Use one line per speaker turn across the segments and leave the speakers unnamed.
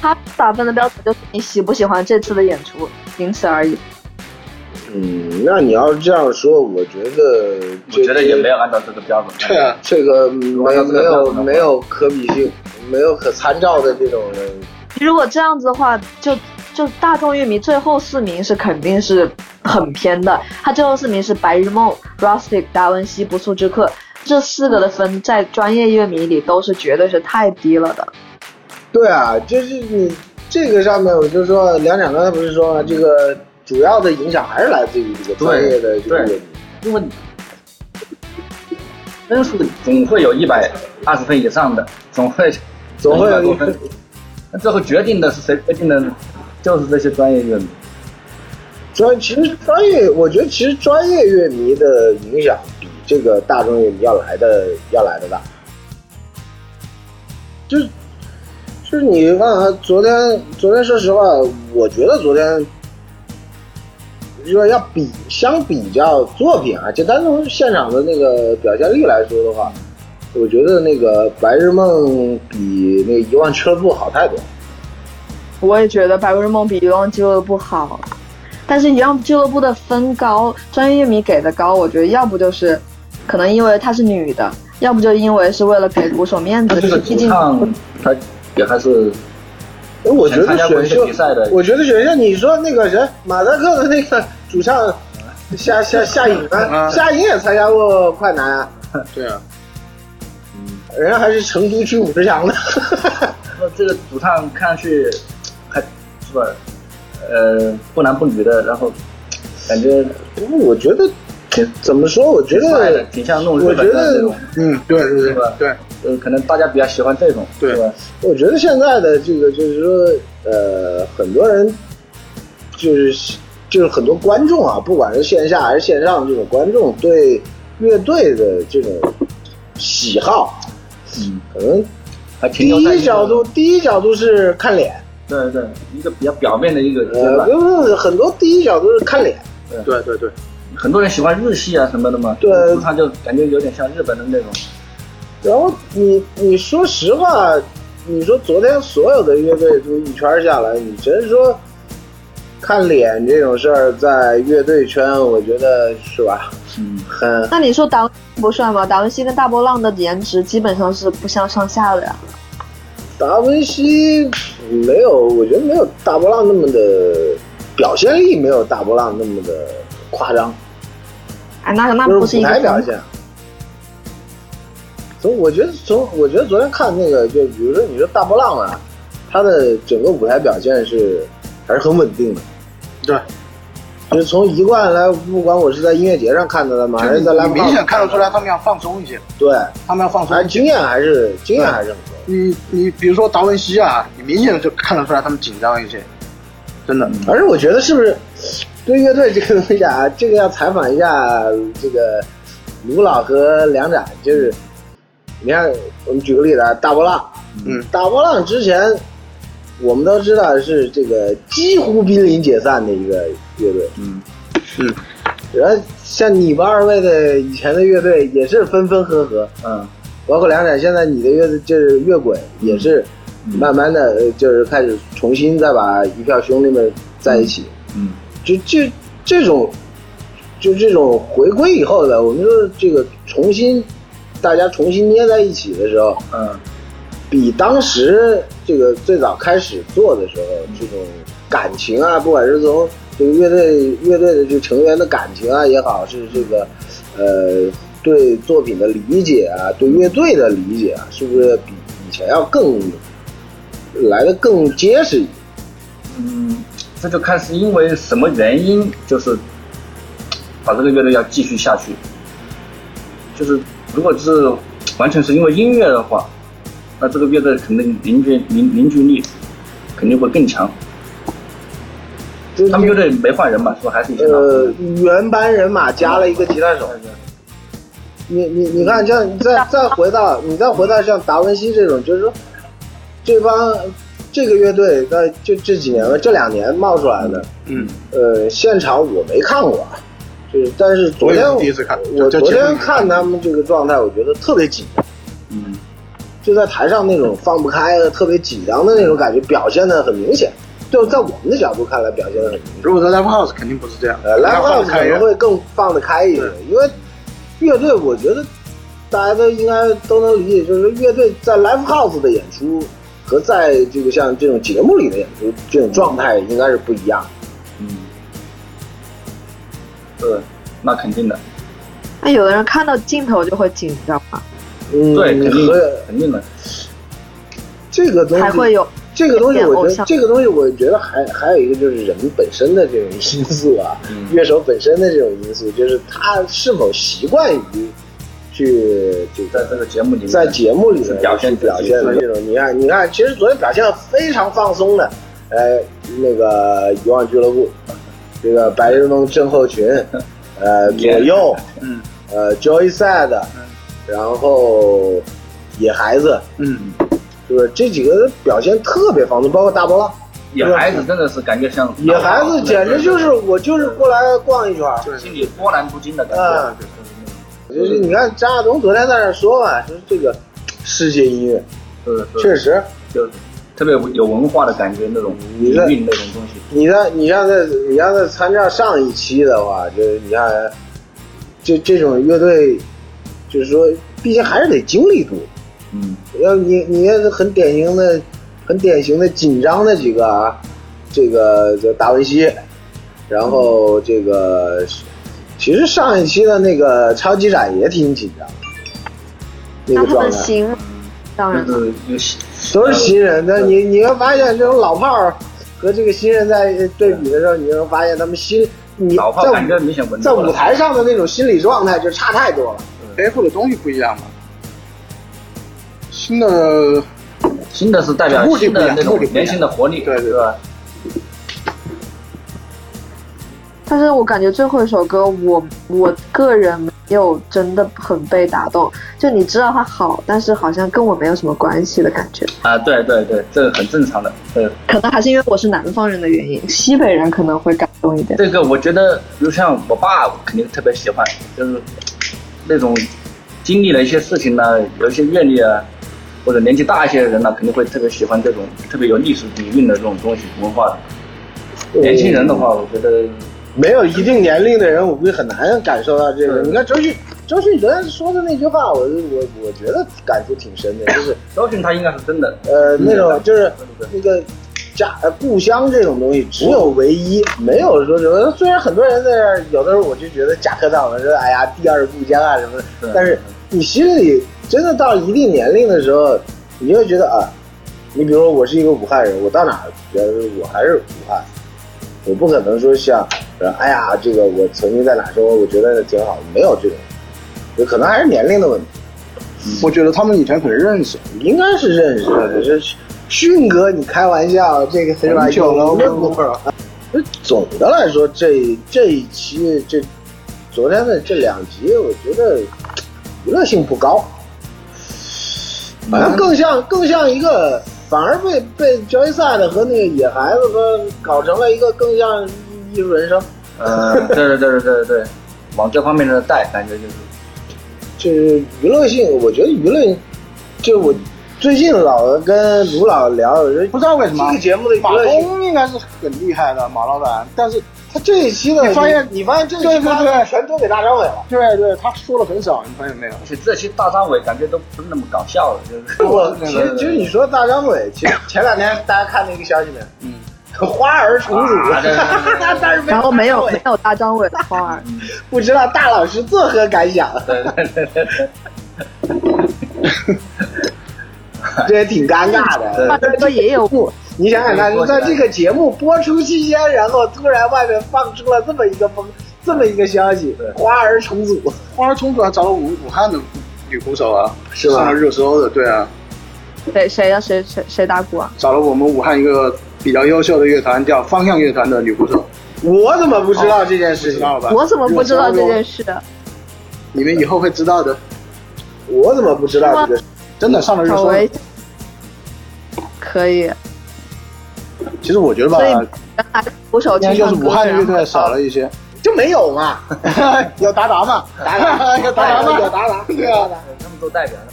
他打分的标准就是你喜不喜欢这次的演出，仅此而已。
嗯，那你要是这样说，我觉得
我觉 得也没有按照这个标准。
对啊，这个没有没有没有可比性，没有可参照的这种
如果这样子的话，就就大众乐迷最后四名是肯定是很偏的，他最后四名是《白日梦》、Rustic、达文西、不速之客这四个的分，在专业乐迷里都是绝对是太低了的。
对啊，就是你这个上面，我就说梁展刚才不是说吗？这个主要的影响还是来自于这个专业的这个乐迷。
因为分数总会有一百二十分以上的，总会
总会有
100多
一
分。那最后决定的是谁决定的呢？就是这些专业乐迷。
专其实专业，我觉得其实专业乐迷的影响比这个大众乐迷要来的要来的大。就就是你看啊，昨天昨天说实话，我觉得昨天如果要比相比较作品啊，就单从现场的那个表现力来说的话，我觉得那个《白日梦》比那个《一万俱乐部》好太多。
我也觉得《白日梦》比《遗忘俱乐部》好，但是《遗忘俱乐部》的分高，专业乐迷给的高，我觉得要不就是，可能因为她是女的，要不就因为是为了给鼓手面
那
子
这个，
毕
主
竟
唱他也还是
哎，我觉得
参加
选
过一些
秀
比赛的
我觉得选秀，你说那个谁，马赛克的那个主唱夏夏夏颖啊，
啊
夏颖也参加过快男啊，
对啊。
人家还是成都区五十强的。
那这个主唱看上去还是吧，呃，不男不女的，然后感觉
不过我觉得
挺
怎么说，我觉
挺帅的
得，
挺像弄日
我觉
本的那
得
种，
嗯，对对
是吧
对对，
呃，可能大家比较喜欢这种，
对
是吧？
我觉得现在的这个就是说，呃，很多人就是就是很多观众啊，不管是线下还是线上，这种观众对乐队的这种喜好，
嗯，
可能
还
第
停留在
一
个
角度，，第一角度是看脸，
对对，一个比较表面的一个阶
呃，
段。
就是很多第一角度是看脸，
对对对，
很多人喜欢日系啊什么的嘛，
对
主唱就感觉有点像日本的那种，
然后你你说实话，你说昨天所有的乐队就一圈下来，你真说看脸这种事儿，在乐队圈，我觉得是吧，
嗯，
很
那你说达文西不帅吗？达文西跟大波浪的颜值基本上是不相上下的呀。
达文西没有，我觉得没有大波浪那么的表现力，没有大波浪那么的夸张。
哎，那那
就
不是
舞
一个
台表
分
现。从我觉得从我觉得昨天看那个，就比如说你说大波浪啊，他的整个舞台表现是还是很稳定的。
对，
就是从一贯来，不管我是在音乐节上看到的嘛，还
就是
在 live
你明
house
显看得出来他们要放松一些，
对，
他们要放松
反正
一些。
经验还是经验还是很够。
你你比如说达文西啊，你明显就看得出来他们紧张一些，真的。
而且我觉得是不是对乐队这个东西啊，这个要采访一下这个卢老和梁展，就是你看，我们举个例子啊，大波浪，
嗯，
大波浪之前我们都知道是这个几乎濒临解散的一个乐队，
嗯，
嗯，
然后像你们二位的以前的乐队也是分分合合，
嗯，
包括梁展现在你的乐队就是乐轨也是慢慢的就是开始重新再把一票兄弟们在一起，
嗯，
就这这种，就这种回归以后的，我们说这个重新，大家重新捏在一起的时候，
嗯，
比当时这个最早开始做的时候，这种感情啊，不管是从这个乐队乐队的这成员的感情啊也好，是这个呃对作品的理解啊，对乐队的理解啊，是不是比以前要更来的更结实一点？
嗯，这就看是因为什么原因，就是把这个乐队要继续下去。就是如果是完全是因为音乐的话，那这个乐队肯定凝聚凝凝聚力肯定会更强。
就是
他们乐队没换人嘛，说还是以前老
呃
的。
原班人马加了一个吉他手。你你你看，像你再再回到你再回到像达文西这种，就是说这帮这个乐队，那就这几年吧，这两年冒出来的，
嗯，
呃，现场我没看过啊，就是但是昨天
我也是第一次看
我
这
昨
这节目
天
里
看他们这个状态，我觉得特别紧张，
嗯，
就在台上那种放不开的、特别紧张的那种感觉表现的很明显，就在我们的角度看来表现的很明显。
如果在 live house 肯定不是这样，
呃，来话可能会更放得开一些
对，
因为乐队，我觉得大家都应该都能理解，就是乐队在 live house 的演出和在这个像这种节目里的演出，这种状态应该是不一样的。
嗯，对，那肯定的，
那有的人看到镜头就会紧张嘛，
嗯，
对，肯定
和
的，肯定的，
这个东西
还会有
这个东西，我
偶
觉得
像
这个东西，我觉得还还有一个就是人本身的这种因素啊，
嗯
乐手本身的这种因素，就是他是否习惯于去这
在
个
这个节目里面，
在节目里
是
面
表现
去表
自己
现的
对
这种，你看，你看，其实昨天表现得非常放松的，呃，那个遗忘俱乐部，这个白日梦症候群，呃，左右，
嗯
呃，Joy Sad，然后野孩子，
嗯，
是不是这几个表现特别放松，包括大波浪。
野孩子真的是感觉像
野孩子简直就是我就是过来逛一圈儿，
对
心里波澜不惊的感觉，
嗯，就是你看张亚东昨天在那儿说嘛，就是这个世界音乐
就是
确实，
就是特别有文化的感觉那种
你
底
在
蕴那种东西，
你看你像在你像在参照上一期的话，就是你看这这种乐队，就是说毕竟还是得经历多，
嗯，
要你你也是很典型的很典型的紧张的几个啊，这个这达文西，然后这个其实上一期的那个超级展也挺紧张，那
那
个
他
状
们
态
行吗，当然
就是有喜
都是新人的，你你会发现这种老炮儿和这个新人在对比的时候，你会发现他们心你
老炮
在
感觉明显闻
在
到了
舞台上的那种心理状态就差太多了。
背后的东西不一样嘛。新的
新的是代表
目的
新
不一
的
样
那种
目的不一样
年轻的活力，
对对对
吧？
但是我感觉最后一首歌，我我个人没有真的很被打动。就你知道它好，但是好像跟我没有什么关系的感觉。
啊，对对对，这个很正常的。对，
可能还是因为我是南方人的原因，西北人可能会感动一点。
这个我觉得，比如像我爸肯定特别喜欢，就是那种经历了一些事情呢，有一些阅历啊，或者年纪大一些的人呢，肯定会特别喜欢这种特别有历史底蕴的这种东西文
哦
化。年轻人的话，我觉得
没有一定年龄的人，我估计很难感受到这个。
嗯
你看周迅，周迅昨天说的那句话，我我我觉得感触挺深的，就是
高兴他应该是真的。
呃
嗯
那种就是
对
那个家呃故乡这种东西只有唯一，没有说什么。虽然很多人在这儿，有的时候我就觉得假客党们说哎呀第二故乡啊什么的
对，
但是你心里真的到一定年龄的时候，你就会觉得啊，你比如说我是一个武汉人，我到哪儿觉得我还是武汉。我不可能说像，呃哎呀，这个我曾经在哪生活，我觉得挺好，没有这种，有可能还是年龄的问题，嗯
我觉得他们以前可能认识，
应该是认识的。这是迅哥，你开玩笑，这个是吧？
很久了，
有
我
那
们不会了。
那总的来说，这这一期这昨天的这两集，我觉得娱乐性不高，
嗯
好像更像更像一个，反而被被 Joy Side 和那个野孩子和搞成了一个更像艺术人生。
嗯，对对对对对对，往这方面的带，感觉就是
就是娱乐性，我觉得娱乐，就我最近老跟卢老聊，我说
不知道为什么
这个节目的娱
马
乐性，
东应该是很厉害的，马老板，但是
他这一期的
你发现
你发现这一
对
期
对
他
对
全丢给大张伟了。
对对，他说的很少，你发现没有？
而且这期大张伟感觉都不是那么搞笑了，就是
我
对
其
对
实
对
其实你说大张伟，其实前两天大家看那个消息没？
嗯，
花儿重组
啊对对对对，
但是
然后没有没
大张伟
有大张伟的花儿，
不知道大老师作何感 想，
对对对对对，
这也挺尴尬的
对。
大张伟也有
不， 你想想看，
对
在这个节目播出期间，然后突然外面放出了这么一个风，这么一个消息
对，
花儿重 组，
花儿重组还找了武武汉的女鼓手啊，
是吧
上了热搜的，对啊，
谁谁呀谁谁谁打鼓啊？
找了我们武汉一个比较优秀的乐团，叫方向乐团的女鼓手，哦
我怎么不知道这件
知
事情？
道了吧？
我怎么不知道这件
事？
事？
你们以后会知道的，
我怎么不知道这个事？
真的上了热
小
搜。
维可以，
其实我觉得吧
所，以原来鼓手
今天
去
就是
唱
武
歌，
汉乐
然后
队少了 一些，
就没有嘛？
有达达嘛，
达达
有达达
有
嘛，
达达，
对啊，
他们做代表了。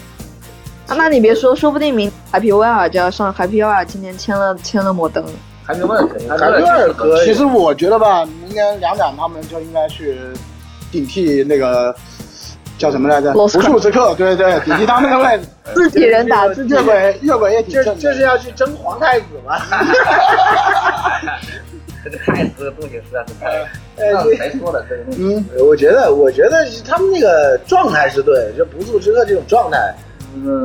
啊那你别说，说不定明 Happy Wire 就要上 Happy Wire，今年签了签了摩登，
还没问题，还
凯瑞尔
哥，
可
其
以
实，我觉得吧，明年两两他们就应该去顶替那个叫什么来着？
罗
不
斯克
速之客，对对，顶替他们那个位 置。
自己人打自己
越
人。
轨越轨也挺
这
正的，
这是要去争皇太子吗？
这个太子的东西实在是太，
呃
让
这
谁说的这个东西？
嗯，
我觉得，我觉得他们那个状态是对，这不速之客这种状态。
嗯，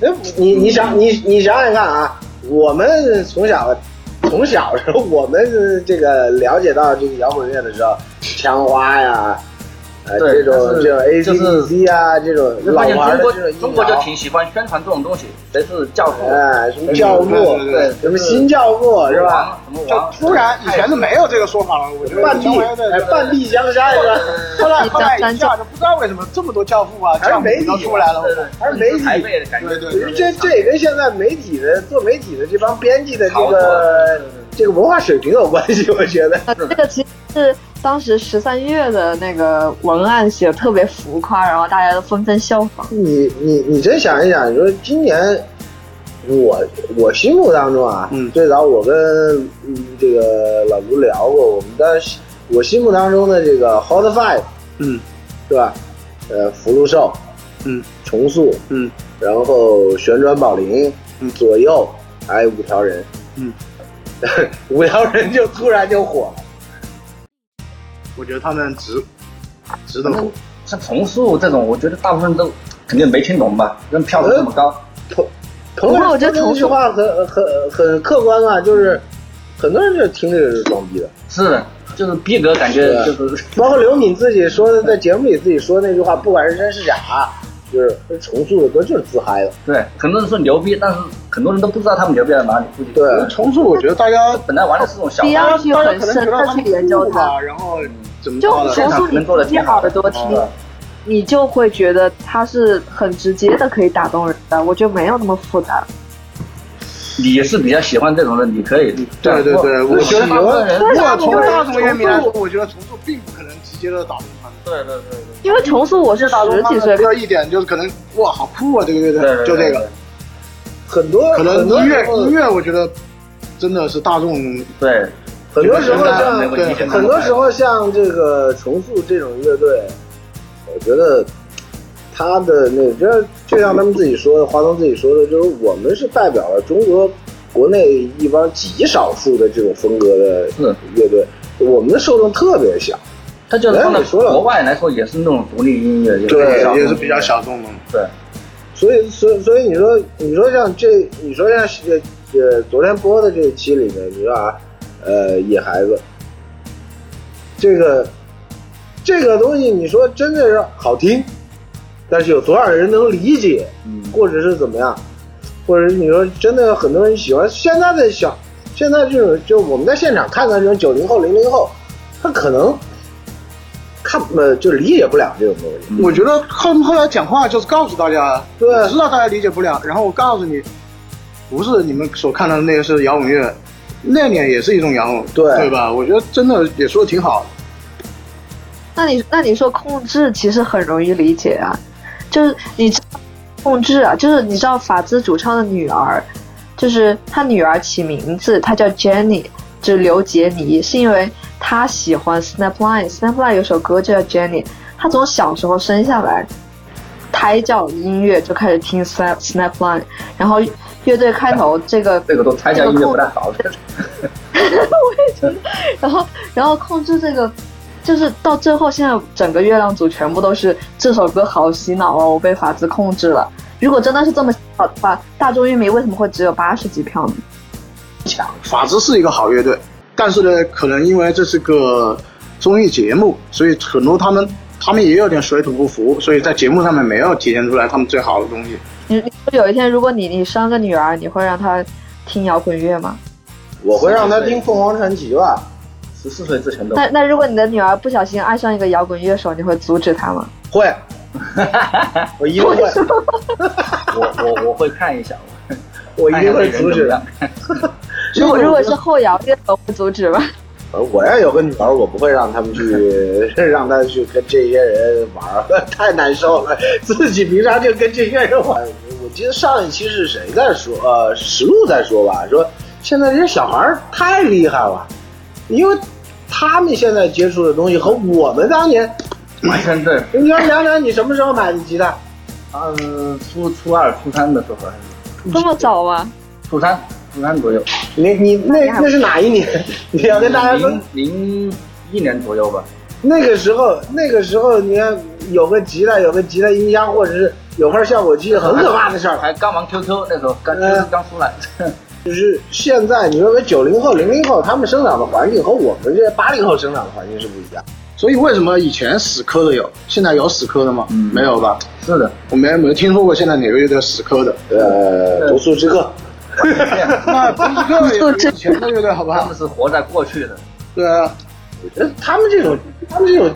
哎，你你想你你想想看啊，我们从小从小时候，我们这个了解到这个摇滚乐的时候，枪花呀，呃，这
对
种
但是
这种 A
就
C
是
D C 啊，这种老
发现
牌
中
的
国
这种
中国
音
就
摇
挺喜欢宣传这种东西，谁是教父，
哎，什么教父，
对
对，
什么新教父是吧？？
什么
就
王？
突然以前是没有这个说法了，我觉得
半壁
姜文的
哎，半壁江山是吧？
后来后来一下就不知道为什么这么多教父啊、
还是
教母
媒体
都出来了，
对对
还是媒体
台背的感觉，
对对对
这这也跟现在媒体的做媒体的这帮编辑的这个这个文化水平有关系，我觉得。
呃这个其实是当时十三月的那个文案写得特别浮夸，然后大家都纷纷效仿。
你你你真想一想，你说今年我我心目当中啊，
嗯
最早我跟嗯这个老卢聊过，我们的我心目当中的这个 Hot Five
嗯
是吧？呃，福禄寿，
嗯，
重塑，
嗯，
然后旋转宝铃，
嗯
左右，还有五条人，
嗯，
五条人就突然就火了，
我觉得他们值值得火。
像重塑这种，我觉得大部分都肯定没听懂吧？跟票子这么高，
朋朋
不
友
过我觉得
说
重塑
这句话很很很客观啊，
嗯
就是很多人就听这个是装逼的。
是的，就是逼格感觉就是
包括刘敏自己说的，在节目里自己说那句话，不管是真是假，就是重塑的歌就是自嗨的。
对，很多人说牛逼，但是很多人都不知道他们牛逼在哪里。估计
对，
重塑，我觉得大家
本来玩的是这种小
不
花
要
大
去
家
很
可能
深
觉得
的
他
去
们
研究
酷
它
吧，，然后怎么
就
着的？
重塑
可能做得
你
挺好
好的
哦
多听，你就会觉得它是很直接的可以打动人的。我觉得没有那么复杂。
你是比较喜欢这种的，你可以。
对对对，我觉得
大部分人，
对
哎 我
啊
从
因为
大众乐迷来
重
说，我觉得重塑并不可能直接的打动他们。
对对对对。
因为重塑我是
打动
十
他
几
们
岁
只，有一点就是可能哇，好酷啊！这个乐队
对，
就这个，，
很多
可能
很多
音乐
时候
音乐，我觉得真的是大众
对，
很多时候
那
像
个
对
一线
很多时候像这个重塑这种乐队，我觉得他的那这就像他们自己说的，华东自己说的，就是我们是代表了中国国内一帮极少数的这种风格的
嗯
是
乐队，我们的受众特别小。
他
哎
就是放在国外来说也是那种独立音乐，
对也是比较。小众的。
对，
所以，所以所以你说，你说像这，你说像呃呃，昨天播的这一期里面，你说啊，呃，野孩子，这个这个东西，你说真的是好听，但是有多少人能理解，
嗯，
或者是怎么样，或者是你说真的有很多人喜欢现在的小，现在这种就我们在现场看到这种九零后、零零后，他可能看呃就理解不了这种东西，
我觉得后后来讲话就是告诉大家，
对
我知道大家理解不了，然后我告诉你，不是你们所看到的那个是摇滚乐，那年也是一种摇滚，
对
对吧？我觉得真的也说的挺好，
那你那你说控制其实很容易理解啊，就是你知道控制啊，就是你知道法兹主唱的女儿，就是他女儿起名字，她叫 Jenny，就是刘杰尼，是因为她喜欢 Snapline，Snapline 有首歌就叫 Jenny，她从小时候生下来，胎教音乐就开始听 Snap Snapline，然后乐队开头这个
这个都拆家音乐不太好。
嗯
然后然后控制这个，就是到最后，现在整个月亮组全部都是这首歌好洗脑哦，我被法子控制了。如果真的是这么洗脑的话，大众乐迷为什么会只有八十几票呢？
强。法兹是一个好乐队，但是呢，可能因为这是个综艺节目，所以很多他们他们也有点水土不服，所以在节目上面没有体现出来他们最好的东西。
你你说有一天，如果你你生个女儿，你会让她听摇滚乐吗？
我会让他听凤凰传奇吧。
十四岁之前都
那那如果你的女儿不小心爱上一个摇滚乐手，你会阻止她吗？
会，我一定会，
我我我会看一下，
我一
哎
定会阻止的。
的。
如果如果是后摇乐手，会阻止吗？
呃我要有个女儿，我不会让他们去， 让她 去跟这些人玩儿，太难受了。自己平常就跟这些人玩，我记得上一期是谁在说，呃，石路在说吧，说现在这些小孩儿太厉害了，因为他们现在接触的东西和我们当年，
完全对。
你要聊聊你什么时候买的吉他？
嗯，初初二、初三的时候还是
这么早啊？
初三，初三左右，
你你那那是哪一年？ 你要跟大家说，
零零一年左右吧。
那个时候，那个时候你看有个吉他，有个吉他音箱，或者是有块效果器，很可怕的事儿。
还刚玩 QQ 那时候，刚
嗯
QQ 刚出来，
就是现在，你认为九零后、零零后他们生长的环境和我们这八零后生长的环境是不一样。
所以为什么以前死磕的有，现在有死磕的吗？
嗯
没有吧？
是的，
我没没听说过现在哪个乐队死磕的。
呃，读书之客，
那不是个也是以前的乐队，好不
他
好
们？是活在过去的。
对啊，
呃他们这种，他们这种，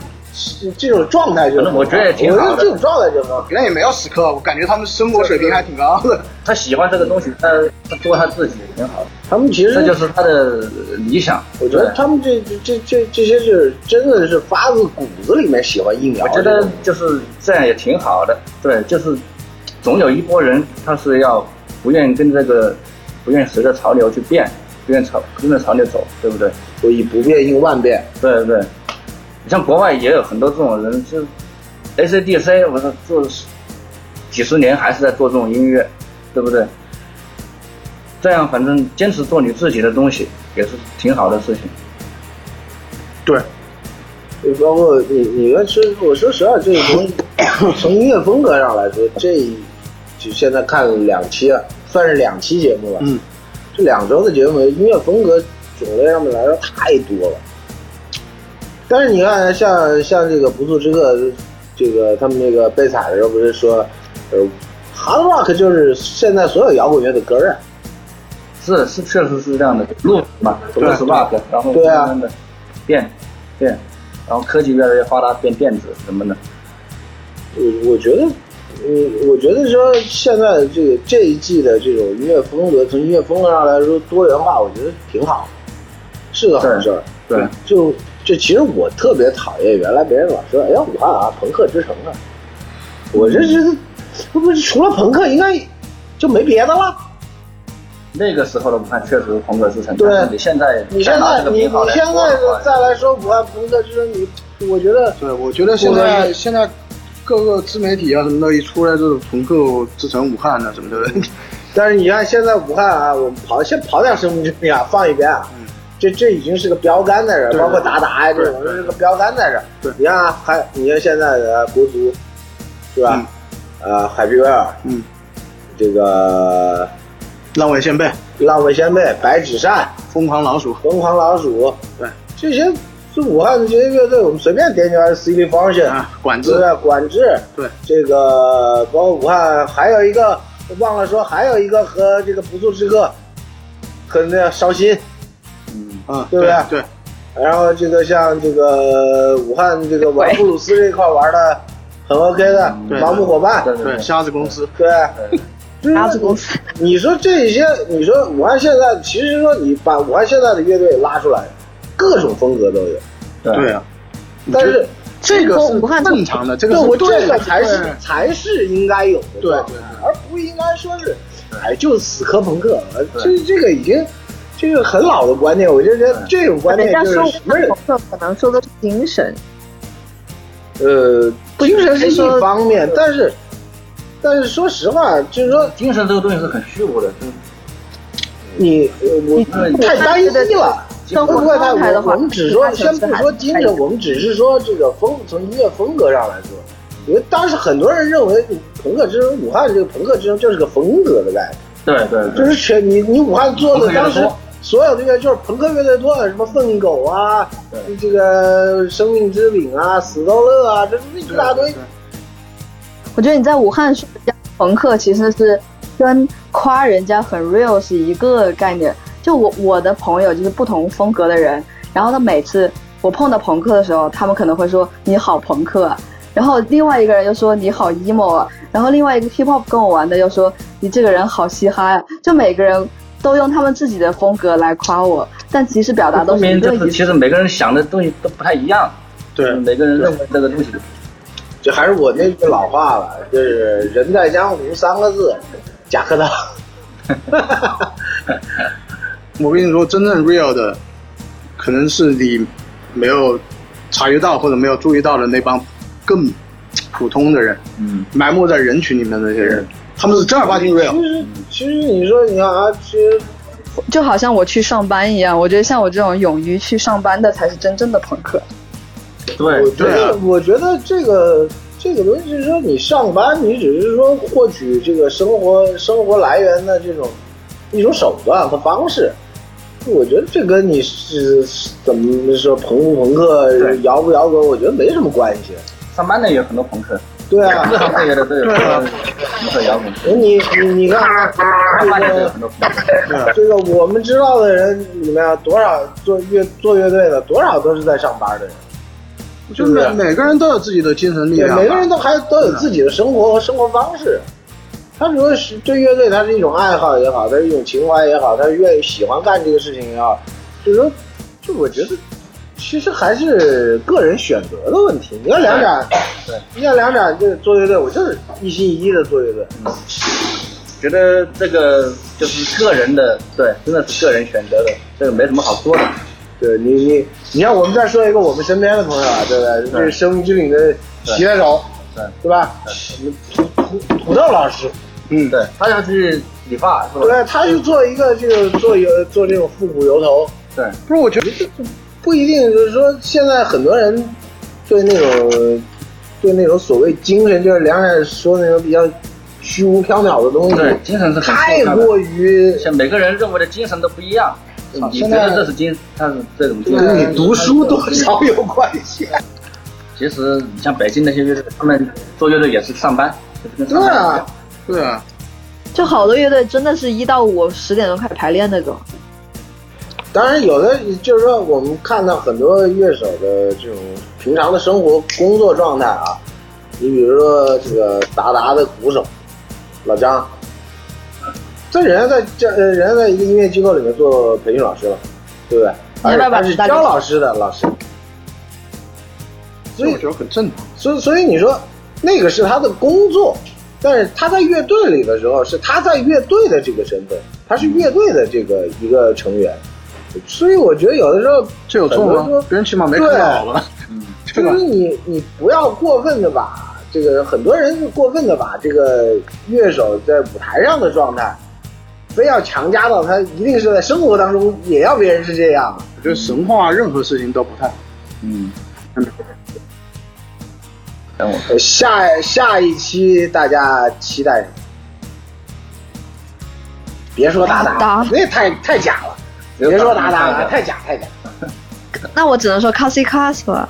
这种状态就是，
我觉得也挺好的
我觉得这种状态就很好。
原来也没有死磕，我感觉他们生活水平还挺高的。
他喜欢这个东西，他他做他自己挺好的，
他们其实
这就是他的呃理想。
我觉得他们这这这这这些是真的是发自骨子里面喜欢疫苗
我
这
觉
种。
得就是这样也挺好的，对，就是总有一波人他是要不愿意跟这个，不愿意随着潮流去变，不愿意潮跟着潮流走，对不对？
所以不变应万变。
对对对，你像国外也有很多这种人，就 ACDC，我说做十几十年还是在做这种音乐，对不对？这样反正坚持做你自己的东西也是挺好的事情。
对，
就包括你，你们说，我说实话，这个东西从音乐风格上来说，这就现在看两期了，算是两期节目吧。
嗯，
这两周的节目音乐风格种类上面来说太多了。但是你看，像像这个不速之客，这个他们那个被采的时候不是说，呃，hard rock 就是现在所有摇滚乐的根儿啊。
是是，确实是这样的。路嘛，走
对
的是 rock，然后
对啊
慢慢的变变，然后科技越来越发达，变电子什么的。
我我觉得，嗯，我觉得说现在这个这一季的这种音乐风格，从音乐风格上来说多元化，我觉得挺好，是个好事儿。嗯
对，
就就其实我特别讨厌原来别人老说，哎呀，武汉啊，朋克之城啊，我这是这不是除了朋克，应该就没别的了。
那个时候的武汉确实是朋克之城，
对
但是你现在
你现
拿这
在
个
你
名号
你
来
现
说
在
的话
再来说武汉朋克之城，你我觉得
对，我觉得现
我
在现在各个自媒体啊什么的，一出来这种朋克之城武汉的啊什么的，
但是你看现在武汉啊，我们刨先刨掉生命之力啊，放一边啊，
嗯
这这已经是个标杆在这儿，
对
包括达达呀
对
这种是个标杆在这儿。
对
你看啊，还你看现在的国足，是吧？呃，海皮威尔，
嗯，
这个
浪尾先辈、
浪费先辈、白纸扇、
疯狂老鼠，
疯狂老鼠，
对，
这些是武汉的这些乐队，我们随便点点 C D Function，、
啊，管制
对，吧？管制，
对，
这个包括武汉还有一个忘了说，还有一个和这个不速之客，和那个烧心，
嗯，
嗯，
对不啊对
对，
然后这个像这个武汉这个玩
对
布鲁斯这一块玩的很 OK 的
对
盲目伙伴，
嗯对
对，
对
瞎子公司，
对，啊
对，
就是
鸭子公司，
你说这些，你说武汉现在其实说你把武汉现在的乐队拉出来，各种风格都有，
对啊，
但是
这个是
武汉
正常的，这
这
个是
我
对
这
的
个才是
对啊
才是应该有的
对
状态
对啊对
而不应该说是，哎，就是死磕朋克，呃这
对
这个已经。这个很老的观念，我就觉得这种观
人
念
家
就是
说
什么人
朋克，可能说的是精神。
呃，精神是一方面
不，
但是，但是说实话，就是说
精神这个东西是很虚无的，就是
你呃
你
我太单一了。
生
会
活
不会太
状态的
我
话，
我们只说
其他
先
城市
不
还
说精神，我们只是说这个风从音乐风格上来说，因为当时很多人认为嗯朋克之城，武汉这个朋克之城就是个风格的概念，
对对
就
对，
是全你你武汉做的
朋克乐
当
队
时
多
所有的乐队就是朋克乐队多，什么粪狗啊
对，
这个生命之饼啊，死斗乐啊，这这一大堆
对对
我觉得你在武汉说人家朋克，其实是跟夸人家很 real 是一个概念。就我我的朋友就是不同风格的人，然后他每次我碰到朋克的时候，他们可能会说你好朋克啊，然后另外一个人就说你好 emo 啊，然后另外一个 hip hop 跟我玩的又说你这个人好嘻哈呀、就每个人都用他们自己的风格来夸我，但其实表达都
说
是一
明
个
就是
一
其实每个人想的东西都不太一样，
对
每个人认为这个东西
这还是我那句老话了，就是“人在江湖”三个字，贾科长，
我跟你说，真正 real 的，可能是你没有察觉到或者没有注意到的那帮更普通的人，
嗯，
埋没在人群里面的那些
嗯
人，他们是正儿八经
其
real。
实其实你说你看啊，其实
就好像我去上班一样，我觉得像我这种勇于去上班的才是真正的朋克。
我
对啊
觉得，我觉得这个这个东西是说，你上班，你只是说获取这个生活生活来源的这种一种手段和方式。我觉得这跟你是怎么说朋不朋克、
对
摇不摇滚，我觉得没什么关系。
上班的也有很多朋克，
对啊，
各行各业的都有朋克摇滚，
你你你看 啊，
上班的
这
都有
个
很多朋克。
这个我们知道的人里面，啊多少做乐做乐队的，多少都是在上班的人。
就是每每个人都有自己的精神力
对，
量吧，
每个人都还都有自己的生活和生活方式。他只是是对乐队，他是一种爱好也好，他是一种情怀也好，他是愿意喜欢干这个事情也好，就是说，就我觉得，其实还是个人选择的问题。你要两展，
对，
你要两展就是做乐队，我就是一心一意的做乐队。
觉得这个就是个人的，对，真的是个人选择的，这个没什么好说的。
对你你你看，我们再说一个我们身边的朋友啊，对不对？
对
这是生命之岭的吉他手，
对
对吧？我们土土土豆老师，
嗯，
对，他想去理发是吧？
对，他就做一个这个做油做这种复古油头，
对，
不是，我觉得
不一定就是说，现在很多人对那种对那种所谓精神，就是梁冉说那种比较虚无缥缈的东
对，
西，
精神是很
太
重要的。
过于
像每个人认为的精神都不一样，你觉
现在
得这是精，他是这种精
跟
神？
你读书多少有关系。
其实你像北京那些乐队，他们做乐队也是上班，就是跟
对
上班一样
啊，
对啊，
就好多乐队真的是一到五十点钟开始排练那种，
当然有的就是说，我们看到很多乐手的这种平常的生活工作状态啊，你比如说这个达达的鼓手老张，这人家在这呃人家在一个音乐机构里面做培训老师了，对不对？
你要不要把
而且
大
他
家
是教老师的老师，
所
所
以
以
我觉得很正常。
所以所以你说那个是他的工作，但是他在乐队里的时候是他在乐队的这个身份，他是乐队的这个一个成员，所以我觉得有的时候
这有错
很多
吗
说？
别人起码没看到吧？
嗯，
对
就
吧
是？你你不要过分的把这个很多人是过分的把这个乐手在舞台上的状态，非要强加到他一定是在生活当中也要别人是这样。
我觉得神话任何事情都不太好。
嗯，等我，
呃下下一期大家期待什么？别说达达，
达
那太太假了。别说达达了，太假太假。
那我只能说 c a s i c a s 了。